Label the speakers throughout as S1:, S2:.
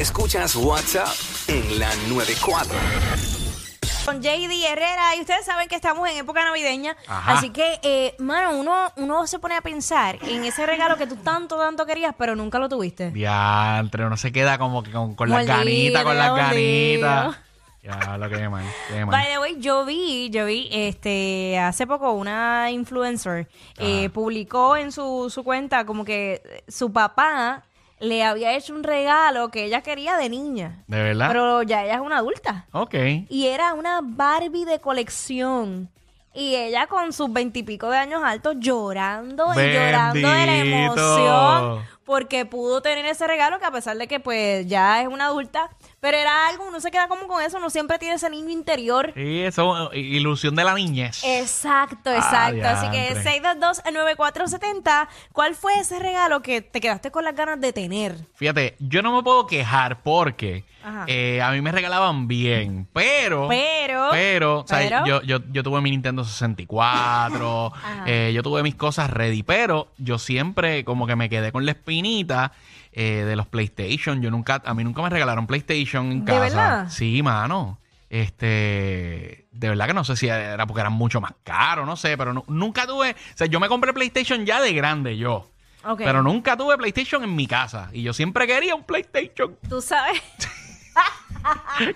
S1: Escuchas WhatsApp en la 94.
S2: con JD Herrera y ustedes saben que estamos en época navideña,
S3: Ajá.
S2: así que, eh, mano, uno, uno se pone a pensar en ese regalo que tú tanto, tanto querías, pero nunca lo tuviste.
S3: Diantre, uno se queda como que con, con las
S2: Mordido,
S3: ganitas, con las
S2: mordido.
S3: ganitas. Ya, lo que mal, qué mal.
S2: By the way, yo vi, yo vi, este, hace poco una influencer eh, publicó en su, su cuenta como que su papá le había hecho un regalo que ella quería de niña,
S3: ¿De verdad?
S2: pero ya ella es una adulta.
S3: ok.
S2: Y era una Barbie de colección. Y ella con sus veintipico de años altos llorando y llorando de la emoción
S3: Bendito.
S2: porque pudo tener ese regalo que a pesar de que pues ya es una adulta, pero era algo, uno se queda como con eso, uno siempre tiene ese niño interior.
S3: Sí, eso, eh, ilusión de la niñez.
S2: Exacto,
S3: Ah,
S2: exacto. Así que
S3: diantre.
S2: 622-9470, ¿cuál fue ese regalo que te quedaste con las ganas de tener?
S3: Fíjate, yo no me puedo quejar porque
S2: Ajá.
S3: eh, a mí me regalaban bien, pero...
S2: Pero-
S3: Pero, o sea,
S2: pero-
S3: Yo, yo, yo tuve mi Nintendo 64, eh, yo tuve mis cosas ready, pero yo siempre como que me quedé con la espinita eh, de los PlayStation. Yo nunca, a mí nunca me regalaron PlayStation en
S2: ¿De
S3: casa.
S2: verdad?
S3: Sí, mano. Este, de verdad que no sé si era porque eran mucho más caros, no sé, pero nu- nunca tuve, o sea, yo me compré PlayStation ya de grande yo.
S2: Ok.
S3: Pero nunca tuve PlayStation en mi casa. Y yo siempre quería un PlayStation.
S2: Tú sabes,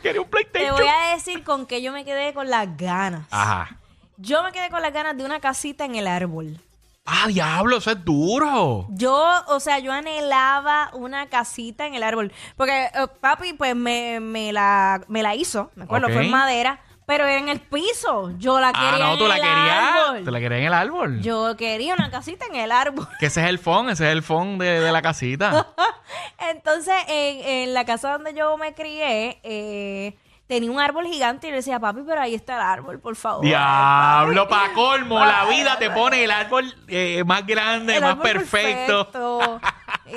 S3: quería un
S2: Ah, te
S3: PlayStation.
S2: voy a decir con que yo me quedé con las ganas.
S3: Ajá.
S2: Yo me quedé con las ganas de una casita en el árbol.
S3: Ah, diablo, eso es duro.
S2: Yo, o sea, yo anhelaba una casita en el árbol. Porque eh, papi, pues me, me la, me la hizo, me acuerdo,
S3: Ok.
S2: fue en madera, pero era en el piso. Yo la quería.
S3: Ah, no,
S2: en
S3: tú la
S2: el
S3: querías.
S2: árbol.
S3: Tú la querías en el árbol.
S2: Yo quería una casita en el árbol.
S3: Que ese es el fon, ese es el fon de, de la casita.
S2: Entonces, en, en la casa donde yo me crié, eh, tenía un árbol gigante y yo decía, papi, pero ahí está el árbol, por favor.
S3: Diablo,
S2: papi".
S3: pa' colmo, la vida te pone el árbol eh, más grande,
S2: El
S3: más
S2: árbol
S3: perfecto.
S2: perfecto.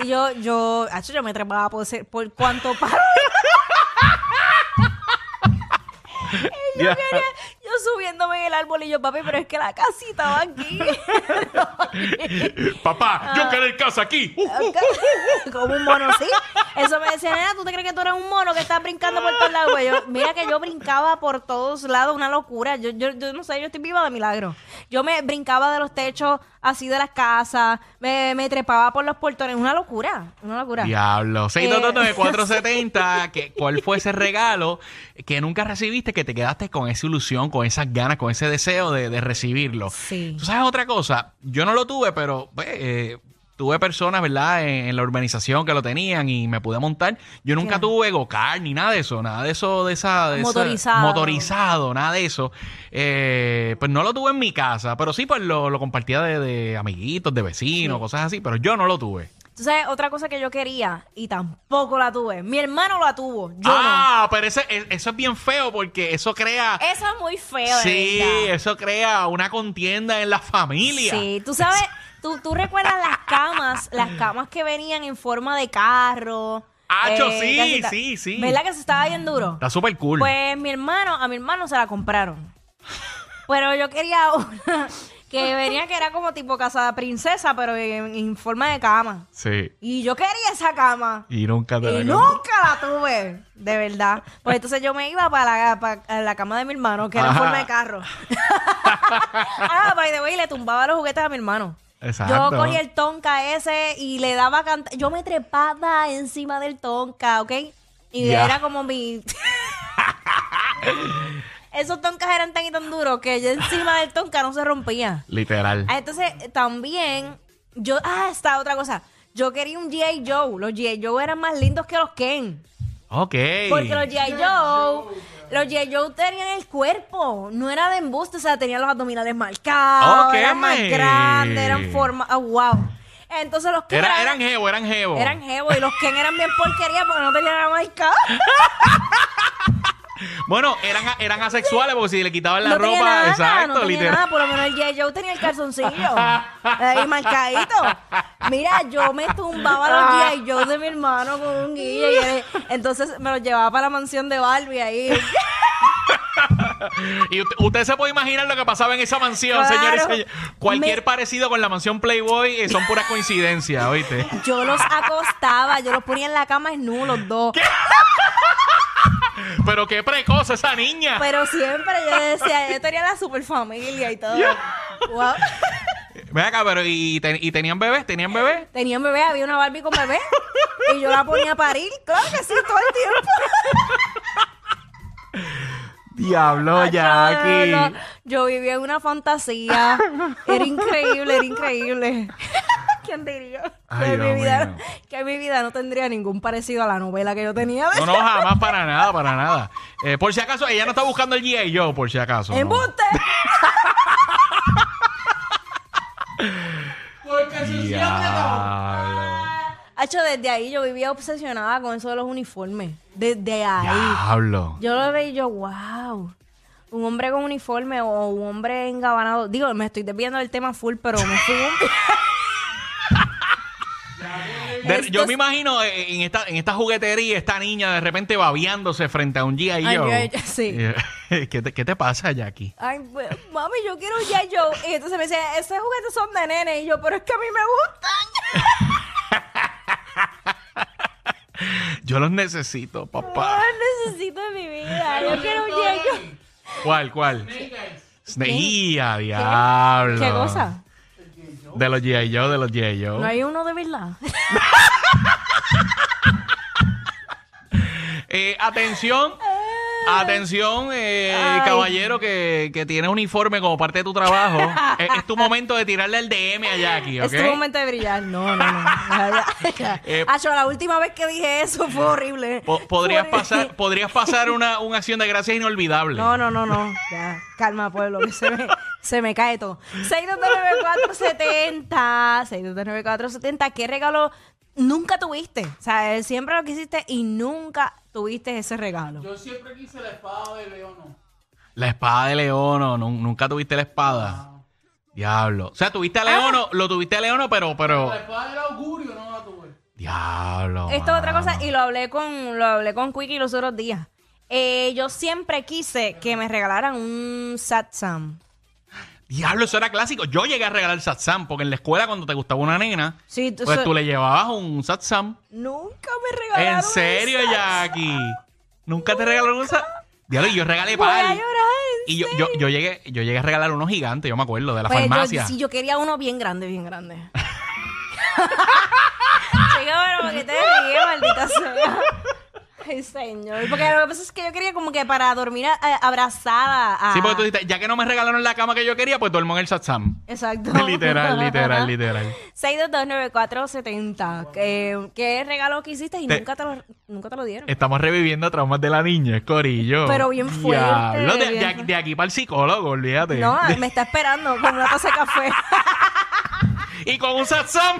S2: Y yo, yo, acho, yo me trepaba por, ser- por cuanto paro.
S3: Ya.
S2: Yo subiéndome en el árbol y yo, papi, pero es que la casita va aquí.
S3: Papá, yo quiero el casa aquí. Uh, uh.
S2: Como un mono, sí. Eso me decían, nena, ¿tú te crees que tú eres un mono que estás brincando por todos lados? güey?" Yo, mira que yo brincaba por todos lados, una locura. Yo, yo, yo no sé, yo estoy viva de milagro. Yo me brincaba de los techos así de las casas, me, me trepaba por los portones, una locura, una locura.
S3: Diablo.
S2: Eh,
S3: 6229470, que ¿cuál fue ese regalo que nunca recibiste que te quedaste con esa ilusión, con esas ganas, con ese deseo de, de recibirlo?
S2: Sí.
S3: ¿Tú sabes otra cosa? Yo no lo tuve, pero pues, eh, tuve personas, ¿verdad?, en, en la urbanización que lo tenían y me pude montar. Yo nunca
S2: Claro.
S3: tuve go-kart ni nada de eso, nada de eso, de esa... de esa-
S2: Motorizado.
S3: motorizado, nada de eso. Eh, pues no lo tuve en mi casa, pero sí, pues lo, lo compartía de, de amiguitos, de vecinos, cosas así, pero yo no lo tuve.
S2: Tú sabes, otra cosa que yo quería y tampoco la tuve. Mi hermano la tuvo, yo
S3: ah, pero ese- e- eso es bien feo porque eso crea.
S2: no. Eso es muy feo, de
S3: sí,
S2: verdad.
S3: eso crea una contienda en la familia.
S2: Sí, tú sabes, tú, tú recuerdas las camas, las camas que venían en forma de carro. eh,
S3: Acho, sí,
S2: casita.
S3: sí, sí.
S2: ¿Verdad que se estaba bien duro?
S3: Está súper cool.
S2: Pues mi hermano, a mi hermano se la compraron. Pero yo quería una que venía que era como tipo casa de princesa, pero en, en forma de cama.
S3: sí.
S2: Y yo quería esa cama.
S3: Y nunca te
S2: Y
S3: la
S2: nunca la tuve, de verdad. Pues entonces yo me iba para la, para la cama de mi hermano, que era en
S3: Ajá.
S2: forma de carro. ah, by the way, le tumbaba los juguetes a mi hermano.
S3: Exacto.
S2: Yo cogía el tonka ese y le daba canta- Yo me trepaba encima del tonka, ¿ok? Y
S3: Ya.
S2: era como mi. Esos toncas eran tan y tan duros que yo encima del tonka no se rompía.
S3: Literal.
S2: Ah, Entonces, eh, también, yo, ah, está otra cosa. Yo quería un G.I. Joe. Los G.I. Joe eran más lindos que los Ken.
S3: Ok.
S2: Porque los G.I. Joe, los G.I. Joe tenían el cuerpo. No era de embuste, o sea, tenían los abdominales marcados.
S3: Ok.
S2: Eran más grandes, eran forma. ah, wow. Entonces los Ken
S3: Era- eran jevo, eran jevo.
S2: eran jevo y los Ken eran bien porquería porque no tenían nada marcado.
S3: Bueno, eran, eran asexuales porque si le quitaban la
S2: no
S3: ropa,
S2: tenía nada,
S3: exacto,
S2: no tenía
S3: literal.
S2: nada, por lo menos el J. Joe tenía el calzoncillo ahí marcadito. Mira, yo me tumbaba los
S3: Ah.
S2: G.I. Joe de mi hermano con un guille y él- entonces me los llevaba para la mansión de Barbie ahí.
S3: Y usted, usted se puede imaginar lo que pasaba en esa mansión,
S2: Claro.
S3: señores. señores. Cualquier
S2: Me-
S3: parecido con la mansión Playboy eh, son puras coincidencias, ¿oíste?
S2: Yo los acostaba, yo los ponía en la cama desnudos los dos.
S3: Pero qué precoz esa niña.
S2: Pero siempre yo decía, yo tenía la super familia y todo. Wow.
S3: Ven acá, pero ¿y, te- y tenían bebés? ¿Tenían bebés?
S2: Tenía un bebé, había una Barbie con bebé. Y yo la ponía a parir, claro que sí, todo el tiempo.
S3: Diablo,
S2: Ay, no, no. Yo vivía en una fantasía. Era increíble, era increíble. ¿Quién diría?
S3: Ay,
S2: que, mi
S3: Dios
S2: vida,
S3: mío.
S2: que mi vida no tendría ningún parecido a la novela que yo tenía.
S3: No, no, jamás para nada, para nada. Eh, por si acaso, ella no está buscando el G.I. Joe, por si acaso. ¿no?
S2: ¡Embuste!
S3: Diablo.
S2: Hacho, desde ahí yo vivía obsesionada con eso de los uniformes. Desde ahí.
S3: Diablo.
S2: Yo lo veía y yo, wow. Un hombre con uniforme o un hombre engabanado. Digo, me estoy desviando del tema full, pero me fui un-
S3: De-
S2: Esto
S3: yo
S2: es-
S3: me imagino eh, en esta, en esta juguetería, esta niña de repente babeándose frente a un G.I.
S2: Ay,
S3: Joe.
S2: yo- sí.
S3: Eh, ¿Qué, te, ¿Qué te pasa, Jackie?
S2: Ay, pues, mami, yo quiero ya yo. Y entonces me decía, esos juguetes son de nene. Y yo, pero es que a mí me gustan.
S3: Yo los necesito, papá.
S2: Ay, necesito de mi vida. Yo quiero un ya yo.
S3: ¿Cuál, cuál? Snake ¡Ya, diablo!
S2: ¿Qué cosa?
S3: De los G.I. Joe, de los G.I. Joe.
S2: ¿No hay uno de verdad?
S3: Eh, atención, atención, eh,
S2: Ay.
S3: caballero que, que tiene uniforme como parte de tu trabajo. es, es tu momento de tirarle el DM a Jackie, ¿ok?
S2: Es tu momento de brillar. No, no, no. Ya, ya.
S3: Eh,
S2: Acho, la última vez que dije eso fue horrible.
S3: Po- podrías
S2: Fue-
S3: pasar, podrías pasar una, una acción de gracias inolvidable.
S2: No, no, no, no. Ya, calma, pueblo, que se me, se me cae todo. 629-470. 629-470. ¿Qué regalo nunca tuviste? O sea, eh, siempre lo quisiste y nunca tuviste ese regalo.
S4: Yo siempre quise la espada de León.
S3: La espada de Leono, nu- nunca tuviste la espada. Diablo. O sea, tuviste
S2: Ah.
S3: a Leono, lo tuviste a Leono, pero, pero.
S4: La espada del augurio no la tuve.
S3: Diablo.
S2: Esto es otra cosa
S3: mano.
S2: y lo hablé con lo hablé con Quickie los otros días. Eh, yo siempre quise que me regalaran un satsam.
S3: Diablo, eso era clásico. Yo llegué a regalar satsam, porque en la escuela cuando te gustaba una nena,
S2: Sí, tú-
S3: pues
S2: so-
S3: tú le llevabas un satsam.
S2: Nunca me regalaron.
S3: ¿En
S2: un
S3: serio,
S2: satsam.
S3: Jackie? ¿Nunca te regalaron un satsam? Diablo, y yo regalé
S2: Voy a
S3: par.
S2: llorar.
S3: Y yo, yo, yo llegué, yo llegué a regalar unos gigantes, yo me acuerdo, de la
S2: Pues, yo-
S3: farmacia.
S2: sí, yo quería uno bien grande, bien grande. Chica, pero porque te ríes, maldita sea. Ay, señor. Porque lo que pasa es que yo quería como que para dormir a- a- abrazada. a-
S3: Sí, porque tú dijiste, ya que no me regalaron la cama que yo quería, pues duermo en el satsam.
S2: Exacto.
S3: literal, literal, literal.
S2: 6229470. ¿Qué, Eh, ¿Qué regalo que hiciste y
S3: Te- Este,
S2: nunca, te lo, nunca te lo dieron?
S3: Estamos reviviendo traumas de la niña, Corillo.
S2: Pero bien fuerte,
S3: Diablo, de,
S2: bien
S3: de-
S2: fuerte.
S3: de aquí para el psicólogo, olvídate.
S2: No, me está esperando con una taza de café.
S3: Y con un satsam.